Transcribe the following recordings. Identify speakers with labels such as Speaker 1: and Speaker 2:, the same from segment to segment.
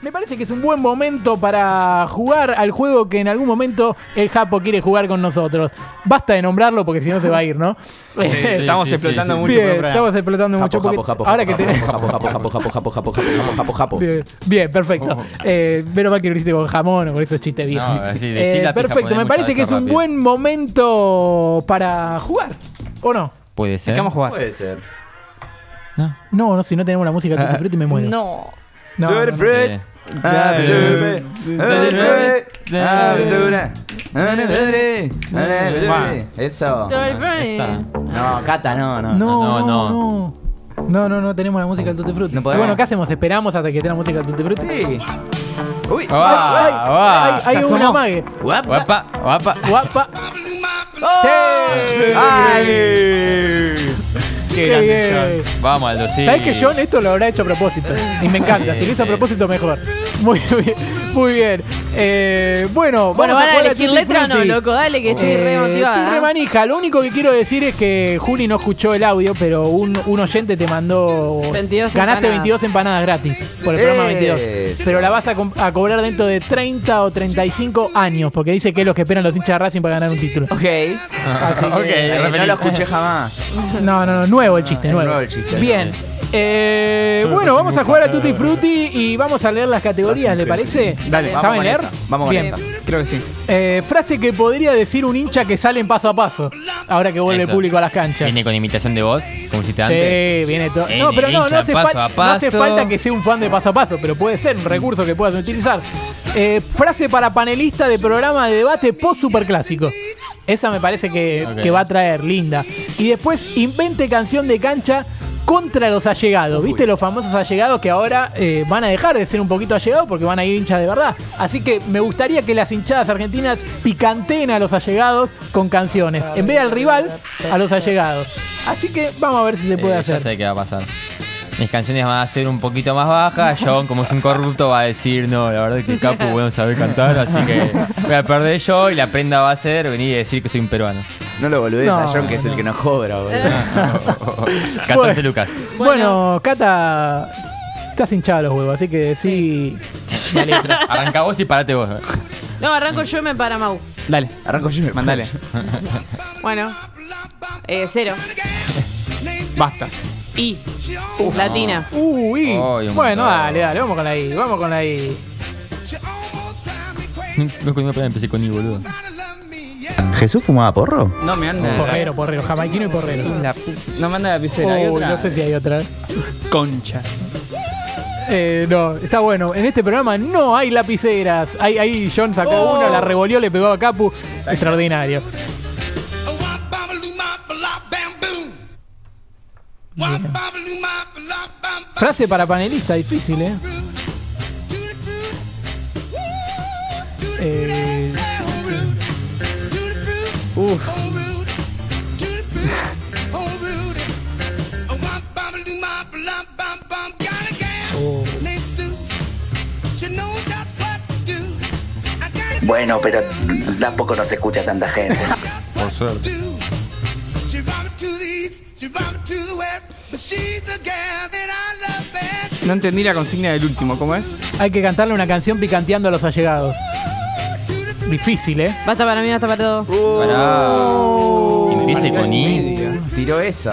Speaker 1: Me parece que es un buen momento para jugar al juego que en algún momento el Japo quiere jugar con nosotros. Basta de nombrarlo porque si no se va a ir, ¿no?
Speaker 2: Sí, estamos
Speaker 3: sí, sí,
Speaker 2: explotando
Speaker 3: sí, sí.
Speaker 2: mucho.
Speaker 1: Bien,
Speaker 2: por el programa.
Speaker 1: estamos explotando mucho. porque ahora que tenemos. Bien, bien, perfecto. Eh, menos mal que lo hiciste con jamón o con esos chistes bien.
Speaker 2: Oh. No, sí, decí la pija,
Speaker 1: perfecto,
Speaker 2: poné
Speaker 1: me
Speaker 2: mucha
Speaker 1: parece que es
Speaker 2: esa
Speaker 1: un
Speaker 2: rápido.
Speaker 1: buen momento para jugar. ¿O no?
Speaker 2: Puede ser.
Speaker 3: ¿Qué vamos a jugar?
Speaker 4: Puede ser.
Speaker 2: No.
Speaker 1: No, no, si no tenemos la música Tutti Frutti me muero.
Speaker 3: No.
Speaker 1: No, no, no.
Speaker 2: Sí.
Speaker 4: Eso.
Speaker 2: Esa.
Speaker 4: No, Cata, no, no.
Speaker 1: No, no,
Speaker 2: No,
Speaker 1: no.
Speaker 2: no.
Speaker 1: No, no, no, tenemos la música del Tutti Frutti.
Speaker 4: No podemos.
Speaker 1: bueno, ¿qué hacemos? ¿Esperamos hasta que tenga música del Tutti Frutti?
Speaker 4: Sí. Uy.
Speaker 2: Ah,
Speaker 1: Ay,
Speaker 2: va.
Speaker 1: ay, Hay
Speaker 3: Se
Speaker 1: una
Speaker 3: asomó.
Speaker 1: mague.
Speaker 4: Guapa.
Speaker 2: Guapa, guapa.
Speaker 1: Guapa. Ah,
Speaker 4: Sí. Ay.
Speaker 1: Qué bien.
Speaker 2: Vamos, Aldo, sí.
Speaker 1: Sabes que John esto lo habrá hecho a propósito. Y me encanta. Si lo hizo a propósito, mejor. Muy bien. Muy bien. Eh, bueno,
Speaker 5: Bueno,
Speaker 1: vamos a
Speaker 5: ¿van a
Speaker 1: jugar
Speaker 5: elegir
Speaker 1: Tutti
Speaker 5: letra o no,
Speaker 1: Frutti.
Speaker 5: loco? Dale, que estoy
Speaker 1: Eh,
Speaker 5: re
Speaker 1: estoy re
Speaker 5: motivada.
Speaker 1: manija. Lo único que quiero decir es que Juli no escuchó el audio, pero un, un oyente te mandó.
Speaker 5: 22
Speaker 1: ganaste
Speaker 5: empanadas.
Speaker 1: 22 empanadas gratis por el programa
Speaker 4: Eh.
Speaker 1: 22. Pero la vas a, com- a cobrar dentro de 30 o 35 años, porque dice que es lo que esperan los hinchas de Racing para ganar un título.
Speaker 4: Ok. Así
Speaker 2: Ok,
Speaker 4: que, eh, no
Speaker 2: repetí.
Speaker 4: lo escuché jamás.
Speaker 1: No, no, no, nuevo el chiste,
Speaker 4: es
Speaker 1: nuevo.
Speaker 4: nuevo el chiste,
Speaker 1: Bien. Eh, bueno, vamos a jugar a Tutti Frutti y vamos a leer las categorías, ¿le parece?
Speaker 4: Dale, vamos
Speaker 1: ¿saben
Speaker 4: con
Speaker 1: leer?
Speaker 4: esa, vamos con
Speaker 1: Bien.
Speaker 4: esa.
Speaker 3: Creo que sí.
Speaker 1: Eh, frase que podría decir un hincha que sale en paso a paso, ahora que vuelve
Speaker 2: Eso.
Speaker 1: el público a las canchas.
Speaker 2: Viene con imitación de voz, como hiciste antes.
Speaker 1: Sí, viene todo.
Speaker 2: En
Speaker 1: No, pero
Speaker 2: el
Speaker 1: no, no
Speaker 2: hincha,
Speaker 1: hace,
Speaker 2: paso
Speaker 1: fal-
Speaker 2: a
Speaker 1: no hace
Speaker 2: paso.
Speaker 1: falta que sea un fan de paso a paso, pero puede ser un recurso que puedas utilizar. Eh, frase para panelista de programa de debate post superclásico. Esa me parece que,
Speaker 2: Ok.
Speaker 1: que va a traer, linda. Y después, invente canción de cancha contra los allegados. ¿Viste los famosos allegados que ahora eh, van a dejar de ser un poquito allegados porque van a ir hinchas de verdad? Así que me gustaría que las hinchadas argentinas picanteen a los allegados con canciones. En vez de al rival, a los allegados. Así que vamos a ver si se puede
Speaker 2: Eh,
Speaker 1: hacer.
Speaker 2: Ya sé qué va a pasar. Mis canciones van a ser un poquito más bajas. John, como es un corrupto, va a decir: No, la verdad es que Capu, bueno, sabe cantar, así que voy a perder yo. Y la prenda va a ser venir y decir que soy un peruano.
Speaker 4: No lo volvés
Speaker 1: No,
Speaker 4: a John, que es el que nos cobra, boludo.
Speaker 2: 14
Speaker 1: Bueno.
Speaker 2: lucas.
Speaker 1: Bueno, Cata, estás hinchada los huevos, así que sí.
Speaker 2: Arranca vos y parate vos.
Speaker 5: No, arranco yo y me para Mau.
Speaker 3: Dale.
Speaker 4: Arranco yo.
Speaker 3: Mandale.
Speaker 5: Bueno. Eh, cero.
Speaker 3: Basta.
Speaker 5: I. Latina.
Speaker 1: Uy,
Speaker 2: Ay, un
Speaker 1: bueno,
Speaker 2: montón.
Speaker 1: dale, dale, vamos con la I, vamos con la I.
Speaker 2: No con una empecé con I, boludo.
Speaker 4: ¿Jesús fumaba porro?
Speaker 3: No me anda.
Speaker 1: Porrero, porrero, jamaiquino y porrero.
Speaker 3: Sí, la pu- No me anda la piscera. hay
Speaker 1: Uy,
Speaker 3: otra.
Speaker 1: no sé si hay otra.
Speaker 3: Concha.
Speaker 1: Eh, no, está bueno. En este programa no hay lapiceras. Ahí, ahí John sacó
Speaker 3: Oh.
Speaker 1: una, la revolvió, le pegó a Capu. Extraordinario. Frase para panelista, difícil, ¿eh? Eh,
Speaker 3: Uf.
Speaker 1: oh.
Speaker 6: Bueno, pero tampoco nos escucha tanta gente.
Speaker 2: Por suerte.
Speaker 3: No entendí la consigna del último. ¿Cómo es?
Speaker 1: Hay que cantarle una canción picanteando a los allegados. Difícil, ¿eh?
Speaker 5: Basta para mí, basta para todo.
Speaker 3: Oh.
Speaker 2: Empiece con I.
Speaker 4: Tiró esa.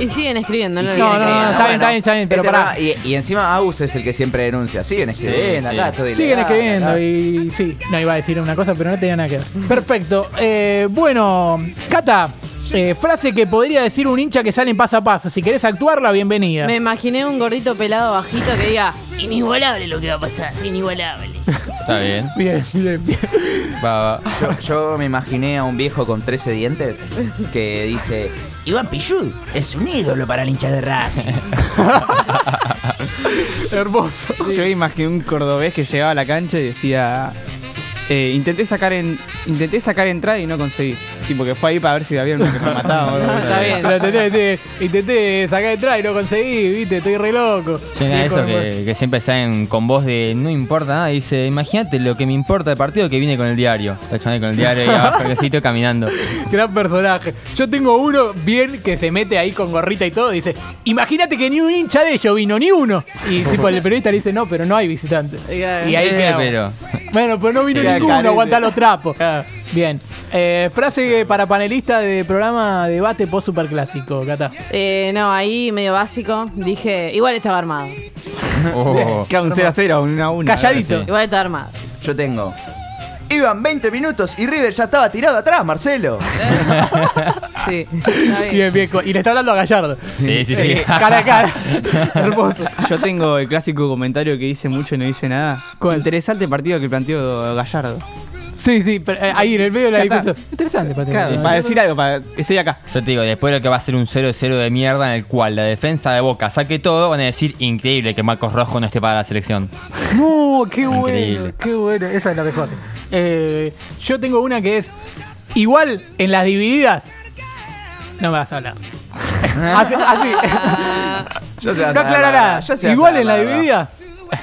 Speaker 5: Y siguen escribiendo, ¿no?
Speaker 4: Y
Speaker 5: lo
Speaker 1: No,
Speaker 5: digan
Speaker 1: no, no,
Speaker 5: que-
Speaker 1: está bien, está bien, está bien, pero
Speaker 4: Este
Speaker 1: pará.
Speaker 4: programa- Y, y encima Agus es el que siempre denuncia. Siguen escribiendo
Speaker 2: sí.
Speaker 4: acá, todo
Speaker 1: Siguen
Speaker 4: ilegal,
Speaker 1: escribiendo
Speaker 4: acá.
Speaker 1: y sí, no iba a decir una cosa, pero no tenía nada que ver. Perfecto. Eh, bueno, Cata, eh, frase que podría decir un hincha que sale en paso a paso. Si querés actuarla, bienvenida.
Speaker 5: Me imaginé un gordito pelado bajito que diga, inigualable lo que va a pasar, inigualable.
Speaker 2: Está bien.
Speaker 1: Bien, bien, bien.
Speaker 2: Va, va.
Speaker 4: Yo, yo me imaginé a un viejo con 13 dientes que dice: Iván Pichud es un ídolo para el hincha de Racing.
Speaker 1: Hermoso.
Speaker 3: Yo imaginé un cordobés que llegaba a la cancha y decía. eh, intenté sacar en, intenté sacar entrada y no conseguí. Sí, porque fue ahí para ver si había uno que me
Speaker 1: Ah,
Speaker 3: mataba. o algo.
Speaker 5: Está bien.
Speaker 1: Lo intenté, sí, intenté sacar detrás y lo conseguí, viste, estoy re loco.
Speaker 2: Llena
Speaker 1: Sí,
Speaker 2: de eso
Speaker 1: con-
Speaker 2: que, que siempre salen con voz de no importa nada. Dice, imagínate lo que me importa el partido que viene con el diario. Está chabón ahí con el diario y abajo el sitio caminando.
Speaker 1: Gran personaje. Yo tengo uno bien que se mete ahí con gorrita y todo. Dice: Imagínate que ni un hincha de ellos vino, ni uno. Y tipo, el periodista le dice: No, pero no hay visitantes. Y ahí
Speaker 2: Eh,
Speaker 1: quedamos.
Speaker 2: pero-
Speaker 1: Bueno, pero no vino
Speaker 3: Queda
Speaker 1: ninguno,
Speaker 3: carente.
Speaker 1: aguantar los trapos. Bien. Eh, frase para panelista de programa debate post superclásico, Cata.
Speaker 5: Eh, no, ahí medio básico. Dije, igual estaba armado.
Speaker 2: Oh.
Speaker 3: Queda un 0 a 0, un 1 a 1.
Speaker 1: Calladito.
Speaker 5: Igual estaba armado.
Speaker 4: Yo tengo. Iban 20 minutos y River ya estaba tirado atrás, Marcelo.
Speaker 5: Sí. Está bien.
Speaker 1: Bien, bien. co- Y le está hablando a Gallardo.
Speaker 2: Sí, sí, sí.
Speaker 1: Eh, cara a cara.
Speaker 3: Hermoso. Yo tengo el clásico comentario que dice mucho y no dice nada.
Speaker 1: ¿Cuál?
Speaker 3: Interesante partido que planteó Gallardo.
Speaker 1: Sí, sí. pero, eh, ahí en el medio de la
Speaker 3: Ya está.
Speaker 1: discusión. Interesante, para
Speaker 3: Claro, para decir algo, para... estoy acá.
Speaker 2: Yo te digo, después lo que va a ser un 0-0 de mierda en el cual la defensa de Boca saque todo, van a decir increíble que Marcos Rojo no esté para la selección.
Speaker 1: No, qué bueno,
Speaker 2: Increíble.
Speaker 1: qué bueno. Esa es la mejor. Eh, yo tengo una que es igual en las divididas. No me vas a hablar.
Speaker 3: Ah.
Speaker 1: así. así.
Speaker 4: Yo
Speaker 1: no aclara nada. Igual en la dividida.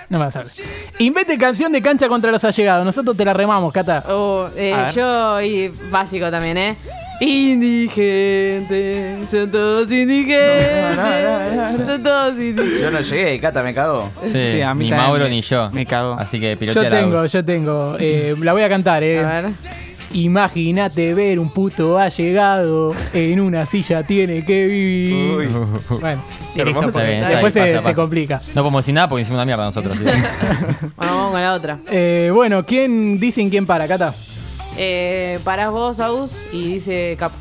Speaker 1: No me vas a hablar. Invente canción de cancha contra los allegados. Nosotros te la remamos, Cata.
Speaker 5: Oh, eh,
Speaker 3: A ver.
Speaker 5: yo, y básico también, ¿eh? Indigentes, son todos indigentes. Son todos indigentes.
Speaker 4: Yo no llegué, Cata me cagó.
Speaker 2: Sí,
Speaker 3: Sí, a mí
Speaker 2: ni
Speaker 3: también
Speaker 2: Mauro
Speaker 3: me-
Speaker 2: ni yo.
Speaker 3: me cago.
Speaker 2: Así que
Speaker 1: Yo
Speaker 2: pilotea la
Speaker 1: tengo,
Speaker 2: voz.
Speaker 1: yo tengo. Eh, la voy a cantar, eh.
Speaker 5: A ver.
Speaker 1: Imagínate ver un puto allegado en una silla tiene que vivir.
Speaker 4: Uy.
Speaker 1: Bueno, y
Speaker 4: Hermoso.
Speaker 1: listo,
Speaker 4: Está
Speaker 2: bien, está
Speaker 1: después
Speaker 2: bien,
Speaker 1: se, se
Speaker 2: pasa, pasa.
Speaker 1: complica.
Speaker 2: No podemos decir nada porque hicimos una mierda nosotros. ¿sí?
Speaker 5: Bueno, vamos con la otra.
Speaker 1: Eh, bueno, ¿quién dice en quién para, Cata?
Speaker 5: Eh, parás vos, Agus, y dice Capo.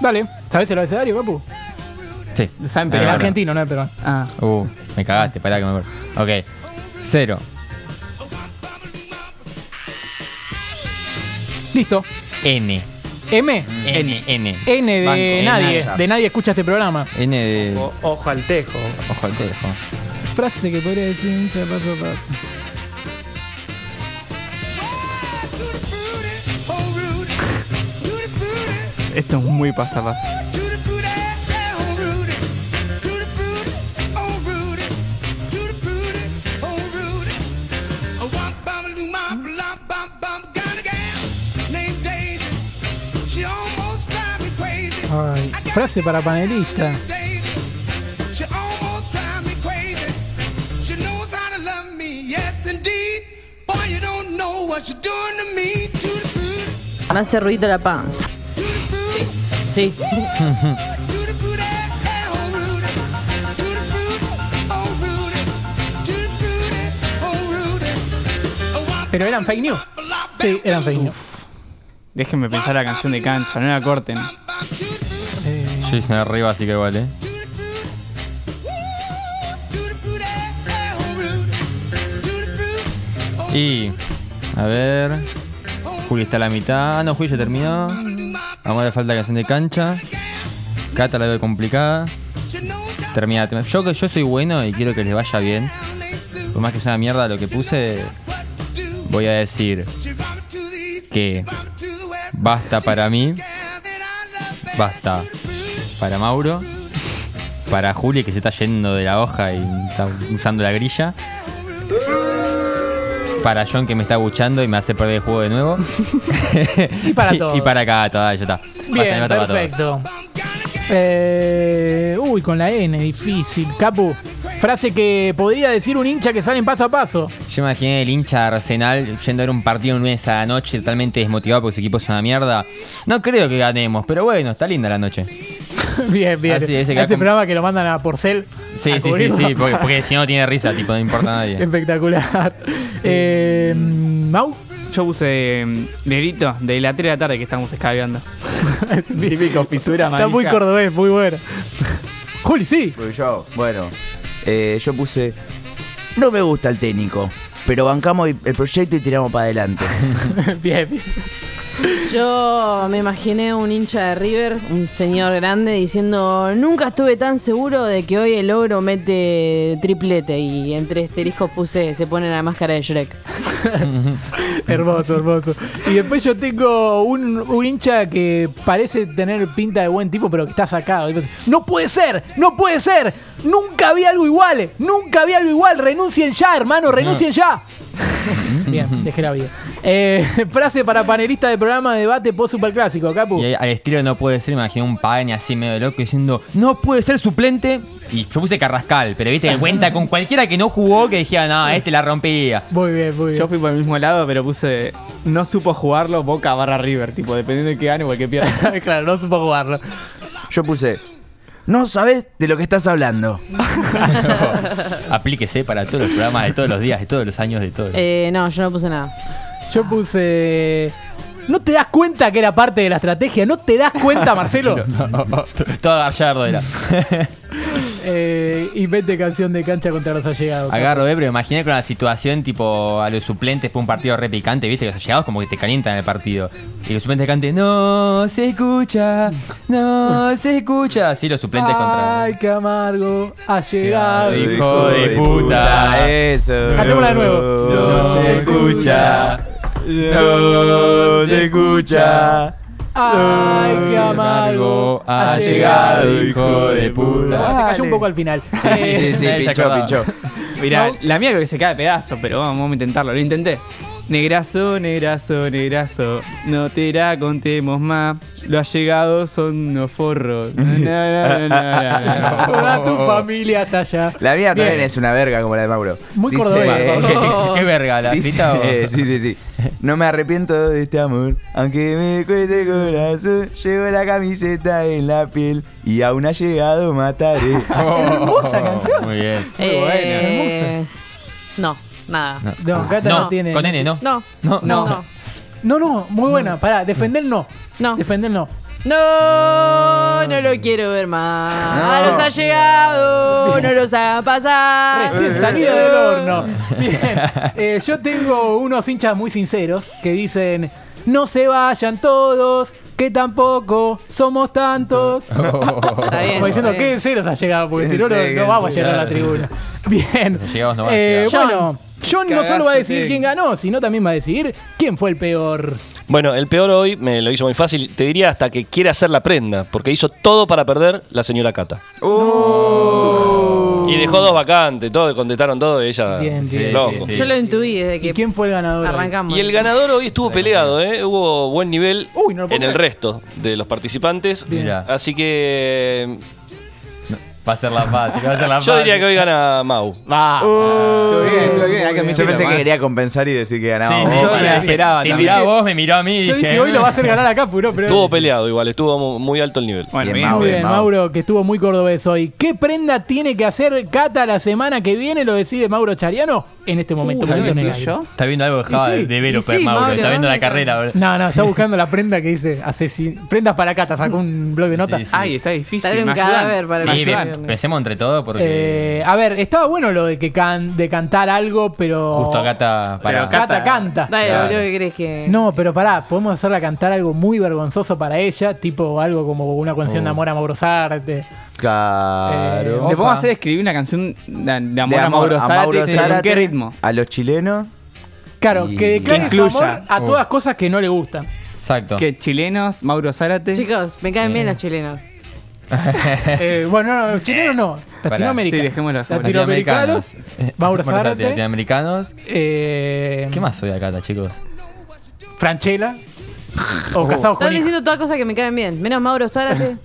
Speaker 1: Dale. ¿Sabes el abecedario, Papu?
Speaker 2: sí.
Speaker 3: Saben
Speaker 1: Pero
Speaker 2: Ah,
Speaker 1: el
Speaker 2: bueno.
Speaker 1: argentino, no el peruano.
Speaker 3: Ah,
Speaker 2: Uh, me cagaste, pará que me acuerdo. Ok. Cero.
Speaker 1: Listo.
Speaker 2: N.
Speaker 1: M.
Speaker 2: N. N.
Speaker 1: N de
Speaker 2: Banco.
Speaker 1: nadie.
Speaker 2: Naya.
Speaker 1: De nadie escucha este programa.
Speaker 2: N de.
Speaker 7: O- ojo al tejo.
Speaker 2: Ojo al tejo.
Speaker 1: Frase que podría decir de paso a paso.
Speaker 3: esto es muy pasa pasa.
Speaker 1: Ay, frase para panelista.
Speaker 5: Me hace ruido la panza. Sí.
Speaker 1: Pero eran fake news. Sí, eran fake news.
Speaker 3: Déjenme pensar la canción de cancha, no la corten.
Speaker 2: Yo hice una arriba, así que vale. Y. A ver. Juli está a la mitad. Ah, no, Juli ya terminó. Vamos a dar falta canción de cancha. Cata la veo complicada. Termina. termina. Yo que yo soy bueno y quiero que les vaya bien. Por más que sea una mierda lo que puse, voy a decir que basta para mí, basta para Mauro, para Juli que se está yendo de la hoja y está usando la grilla, para John que me está buchando y me hace perder el juego de nuevo,
Speaker 1: Y para todos.
Speaker 2: y para acá, toda, ya está. Basta,
Speaker 1: Bien,
Speaker 2: me mata para todos.
Speaker 1: perfecto. Eh, uy, con la N, difícil. Capu, frase que podría decir un hincha que sale en paso a paso.
Speaker 2: Yo imaginé el hincha de Arsenal yendo a ver un partido un lunes a la noche totalmente desmotivado porque su equipo es una mierda. No creo que ganemos, pero bueno, está linda la noche.
Speaker 1: bien, bien.
Speaker 2: Ah, sí, ese que
Speaker 1: Este
Speaker 2: va con-
Speaker 1: programa que lo mandan a Porcel.
Speaker 2: Sí,
Speaker 1: a
Speaker 2: sí, sí,
Speaker 1: cubrirlo.
Speaker 2: sí, porque, porque si no tiene risa, tipo, no importa a nadie.
Speaker 1: Espectacular. Eh, Mau,
Speaker 3: Yo puse mm, Negrito de la 3 de la tarde que estamos escabeando. Típico, fisura,
Speaker 1: está muy
Speaker 3: manija.
Speaker 1: cordobés, muy bueno. Juli, sí.
Speaker 4: Fui yo, bueno. eh, yo puse. No me gusta el técnico, pero bancamos el el proyecto y tiramos para adelante.
Speaker 1: bien, bien.
Speaker 5: Yo me imaginé un hincha de River, un señor grande, diciendo: Nunca estuve tan seguro de que hoy el ogro mete triplete. Y entre asteriscos puse: Se pone la máscara de Shrek.
Speaker 1: hermoso, hermoso. Y después yo tengo un, un hincha que parece tener pinta de buen tipo, pero que está sacado. Entonces, no puede ser, no puede ser. Nunca vi algo igual, nunca vi algo igual. Renuncien ya, hermano, renuncien ya. Bien, dejé la vida. Eh, frase para panelista de programa de debate post superclásico, Capu.
Speaker 2: Y ahí, al estilo no puede ser, imaginé un Pagani así medio loco diciendo, no puede ser suplente. Y yo puse Carrascal, pero viste que cuenta con cualquiera que no jugó que decía, no, este la rompía.
Speaker 1: Muy bien, muy bien.
Speaker 3: Yo fui por el mismo lado, pero puse. No supo jugarlo Boca barra River, tipo, dependiendo de qué gane o de qué pierda.
Speaker 1: claro, no supo jugarlo.
Speaker 4: Yo puse. No sabes de lo que estás hablando.
Speaker 2: Aplíquese para todos los programas de todos los días, de todos los años, de todos.
Speaker 5: Eh, no, yo no puse nada.
Speaker 1: Yo puse. ¿No te das cuenta que era parte de la estrategia? ¿No te das cuenta, Marcelo?
Speaker 2: Todo Gallardo era.
Speaker 1: Eh, invente canción de cancha contra los allegados.
Speaker 2: Agarro, eh, pero imaginé con la situación tipo a los suplentes por un partido repicante, viste, que los allegados como que te calientan el partido. Y los suplentes canten, no se escucha, no se escucha. Así los suplentes contra.
Speaker 1: Ay, qué amargo. Allegado.
Speaker 2: Ay, hijo de puta.
Speaker 4: Eso.
Speaker 1: Cantémosla de nuevo.
Speaker 2: No se escucha, no se escucha.
Speaker 1: Ay, qué amargo.
Speaker 2: Ha llegado, hijo de puta.
Speaker 1: Se cayó un poco al final.
Speaker 4: Sí,
Speaker 1: Eh,
Speaker 4: sí, sí,
Speaker 2: Nadie se
Speaker 4: pinchó,
Speaker 2: acordaba.
Speaker 4: pinchó.
Speaker 3: Mirá, la mía creo que se cae a pedazo, pero vamos, vamos a intentarlo. Lo intenté. Negrazo, negrazo, negrazo. No te la contemos más. Los allegados son unos forros. Na, na, na, na, na, na.
Speaker 1: Eh, Toda tu familia hasta allá.
Speaker 4: La mía
Speaker 1: Bien.
Speaker 4: también es una verga como la de Mauro.
Speaker 1: Muy cordobés,
Speaker 2: Qué-
Speaker 1: Mauro.
Speaker 2: qué- Qué verga, la
Speaker 4: dice-
Speaker 2: frita. o-
Speaker 4: sí, sí, sí. No me arrepiento de este amor, aunque me cueste el corazón. Llevo la camiseta en la piel y aún ha llegado mataré.
Speaker 1: Hermosa canción.
Speaker 2: Muy bien.
Speaker 1: Muy buena,
Speaker 5: Eh, No, nada. No.
Speaker 1: No, Cata no, tiene.
Speaker 2: Con N, no.
Speaker 5: No,
Speaker 2: No,
Speaker 5: no,
Speaker 2: no.
Speaker 5: no.
Speaker 1: No, no, muy buena. Pará, defender no.
Speaker 5: No.
Speaker 1: Defender no.
Speaker 5: No, lo quiero ver más. A los ha llegado, no los Eh, hagan pasar.
Speaker 1: Recién
Speaker 7: Eh,
Speaker 1: salido
Speaker 5: uh,
Speaker 1: del horno. Bien. Eh, yo tengo unos hinchas muy sinceros que dicen: No se vayan todos, que tampoco somos tantos.
Speaker 5: Está bien.
Speaker 1: Como diciendo,
Speaker 5: está bien.
Speaker 1: quédense los ha llegado, porque si no, no,
Speaker 4: Quédense,
Speaker 1: no vamos a
Speaker 4: quédense,
Speaker 1: llegar a la tribuna. Bien.
Speaker 2: Los allegados no van a
Speaker 1: Eh,
Speaker 5: llegar.
Speaker 1: bueno, John no solo va a decidir quién ganó, sino también va a decidir quién fue el peor.
Speaker 7: Bueno, el peor hoy me lo hizo muy fácil. Te diría hasta que quiere hacer la prenda, porque hizo todo para perder la señora Cata. Y dejó dos vacantes, todo, contestaron todo y ella.
Speaker 1: Bien, bien.
Speaker 7: loco.
Speaker 2: Sí, sí.
Speaker 5: Yo lo intuí desde
Speaker 1: ¿Y
Speaker 5: que
Speaker 1: quién fue el ganador? hoy?
Speaker 5: arrancamos.
Speaker 7: Y el ganador hoy estuvo peleado, ¿eh? Hubo buen nivel
Speaker 1: Uy, no lo puedo
Speaker 7: en el
Speaker 1: creer.
Speaker 7: resto de los participantes.
Speaker 1: Bien.
Speaker 2: Mirá.
Speaker 7: Así que.
Speaker 2: Va a ser la fácil, va a ser la fácil.
Speaker 7: Yo diría que hoy gana Mau.
Speaker 2: Va.
Speaker 3: Estuvo bien, estuvo bien, hay que
Speaker 4: Yo
Speaker 3: admitirlo,
Speaker 4: pensé que
Speaker 3: ¿eh?
Speaker 4: quería compensar y decir que
Speaker 2: Sí,
Speaker 4: ganábamos.
Speaker 2: sí,
Speaker 4: vos.
Speaker 2: sí,
Speaker 3: me la
Speaker 2: sí.
Speaker 3: esperaba
Speaker 2: Te
Speaker 3: también.
Speaker 2: mirá vos, me miró a mí y
Speaker 1: Yo
Speaker 2: dije... "Ah,
Speaker 1: dije, hoy lo va a hacer ganar a Capu, ¿no? Pero
Speaker 7: Estuvo peleado igual, estuvo muy alto el nivel.
Speaker 3: Bueno,
Speaker 4: Bien,
Speaker 3: bien.
Speaker 4: Mau.
Speaker 1: Muy bien,
Speaker 4: Mauro.
Speaker 1: Mauro, que estuvo muy cordobés hoy. ¿Qué prenda tiene que hacer Cata la semana que viene? Lo decide Mauro Chariano en este momento.
Speaker 3: ¿no Uh, lo
Speaker 1: Momento en el
Speaker 3: decidí
Speaker 1: aire.
Speaker 3: yo?
Speaker 2: Está viendo algo de
Speaker 1: Y
Speaker 2: Java
Speaker 1: sí,
Speaker 2: de developer,
Speaker 5: y sí,
Speaker 2: Mauro.
Speaker 5: Mauro,
Speaker 2: Está viendo la
Speaker 5: ¿dónde?
Speaker 2: carrera, boludo.
Speaker 1: No, no, está buscando la prenda que dice asesin- prendas para Cata. Sacó un blog de notas.
Speaker 2: Sí, sí.
Speaker 3: Ay, está difícil.
Speaker 5: Sale un
Speaker 3: me ayudan.
Speaker 5: cadáver para
Speaker 3: Me
Speaker 5: el
Speaker 2: Sí,
Speaker 3: ayudan.
Speaker 5: ayudan.
Speaker 2: pe- pensemos entre todos porque
Speaker 1: Eh, a ver, estaba bueno lo de que can- de cantar algo, pero.
Speaker 2: justo acá está para...
Speaker 3: Pero acá-
Speaker 1: Cata canta.
Speaker 5: Dale,
Speaker 2: Claro.
Speaker 5: boludo, ¿qué crees que.?
Speaker 1: No, pero pará, podemos hacerla cantar algo muy vergonzoso para ella, tipo algo como una canción
Speaker 2: Oh.
Speaker 1: de amor a Mauro Sarte.
Speaker 4: Claro.
Speaker 1: Eh,
Speaker 3: Te puedo
Speaker 1: Opa.
Speaker 3: hacer escribir una canción de, de amor
Speaker 4: De
Speaker 3: a Mauro
Speaker 4: a
Speaker 3: Zárate.
Speaker 4: Mauro
Speaker 3: ¿Con
Speaker 4: Zárate,
Speaker 3: ¿Qué ritmo?
Speaker 4: A los chilenos.
Speaker 1: Claro,
Speaker 4: Y-
Speaker 1: que declare
Speaker 3: que
Speaker 1: su
Speaker 3: incluya.
Speaker 1: amor a
Speaker 2: Oh.
Speaker 1: todas cosas que no le gustan.
Speaker 2: Eh, Exacto.
Speaker 3: Que chilenos, Mauro Zárate.
Speaker 5: Chicos, me caen bien los chilenos.
Speaker 1: Eh, bueno, no, los chilenos no, latinoamericanos.
Speaker 3: Sí, dejémoslo, dejémoslo.
Speaker 1: Latinoamericanos,
Speaker 2: Latinoamericanos.
Speaker 1: Mauro
Speaker 2: Bueno,
Speaker 1: Zárate,
Speaker 2: Latinoamericanos.
Speaker 1: eh,
Speaker 2: ¿Qué más soy acá, chicos?
Speaker 1: Franchella
Speaker 2: Oh.
Speaker 1: o Casado
Speaker 5: Están
Speaker 1: con Hijos.
Speaker 5: diciendo todas cosas que me caen bien. Menos Mauro Zárate.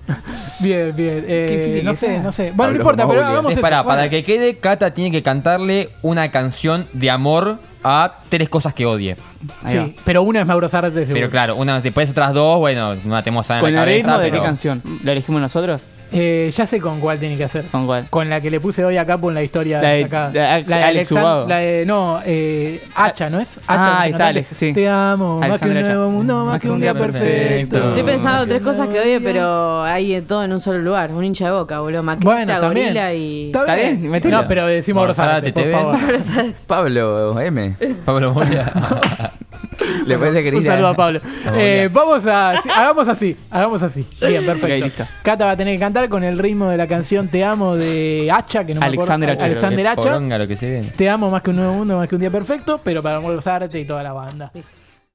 Speaker 1: Bien, bien. eh,
Speaker 3: Qué difícil
Speaker 1: no
Speaker 3: que
Speaker 1: sé,
Speaker 3: sea.
Speaker 1: no sé. Bueno, no
Speaker 4: Hablo
Speaker 1: importa,
Speaker 4: como
Speaker 1: pero
Speaker 4: Julia.
Speaker 1: hagamos
Speaker 2: Es
Speaker 1: eso.
Speaker 2: para,
Speaker 1: Bueno.
Speaker 2: para que quede, Cata tiene que cantarle una canción de amor a tres cosas que odie.
Speaker 3: Ahí va.
Speaker 1: Sí, pero una es Mauro Zárate, seguro.
Speaker 2: Pero claro, una, después otras dos, bueno, no la tenemos en la
Speaker 3: ¿Con el ritmo
Speaker 2: cabeza.
Speaker 3: de qué
Speaker 2: pero-
Speaker 3: canción? ¿La elegimos nosotros?
Speaker 1: Eh, ya sé con cuál tiene que hacer.
Speaker 3: ¿Con cuál?
Speaker 1: Con la que le puse hoy acá por la historia
Speaker 3: La de-
Speaker 1: acá.
Speaker 3: de Alex- Alex
Speaker 1: Alexan-
Speaker 3: Ubago.
Speaker 1: la de- no, eh, Hacha, ¿no es? Hacha, no
Speaker 3: Ah, ahí
Speaker 1: sé,
Speaker 3: está,
Speaker 1: ¿no?
Speaker 3: Alex, sí.
Speaker 1: Te amo, más que un
Speaker 3: Alexandra Hacha.
Speaker 1: nuevo mundo, más que un día perfecto.
Speaker 5: Estoy pensando
Speaker 1: Más que
Speaker 5: tres
Speaker 1: un
Speaker 5: cosas que
Speaker 1: nuevo
Speaker 5: odio,
Speaker 1: día.
Speaker 5: pero hay de todo en un solo lugar. Un hincha de boca, boludo. Maqueta,
Speaker 1: Bueno, también.
Speaker 5: gorila y.
Speaker 1: Está
Speaker 3: Está
Speaker 1: bien,
Speaker 3: bien, metela.
Speaker 1: No, pero decimos
Speaker 2: Mauro
Speaker 1: Rosarate,
Speaker 2: Zárate,
Speaker 1: por
Speaker 2: ¿te
Speaker 1: favor.
Speaker 2: ves?
Speaker 4: Pablo M.
Speaker 2: Pablo Moria.
Speaker 4: Le parece que
Speaker 1: Un saludo a Pablo. Eh, vamos a. sí, hagamos así. Hagamos así. Bien,
Speaker 3: Ok,
Speaker 1: perfecto.
Speaker 3: listo.
Speaker 1: Cata va a tener que cantar con el ritmo de la canción Te amo de Hacha, que no me acuerdo.
Speaker 3: Alexander Hacha, creo
Speaker 1: Alexander
Speaker 2: Qué
Speaker 1: Hacha.
Speaker 2: poronga lo que se viene.
Speaker 1: Te amo más que un nuevo mundo, más que un día perfecto, pero para amor los arte y toda la banda.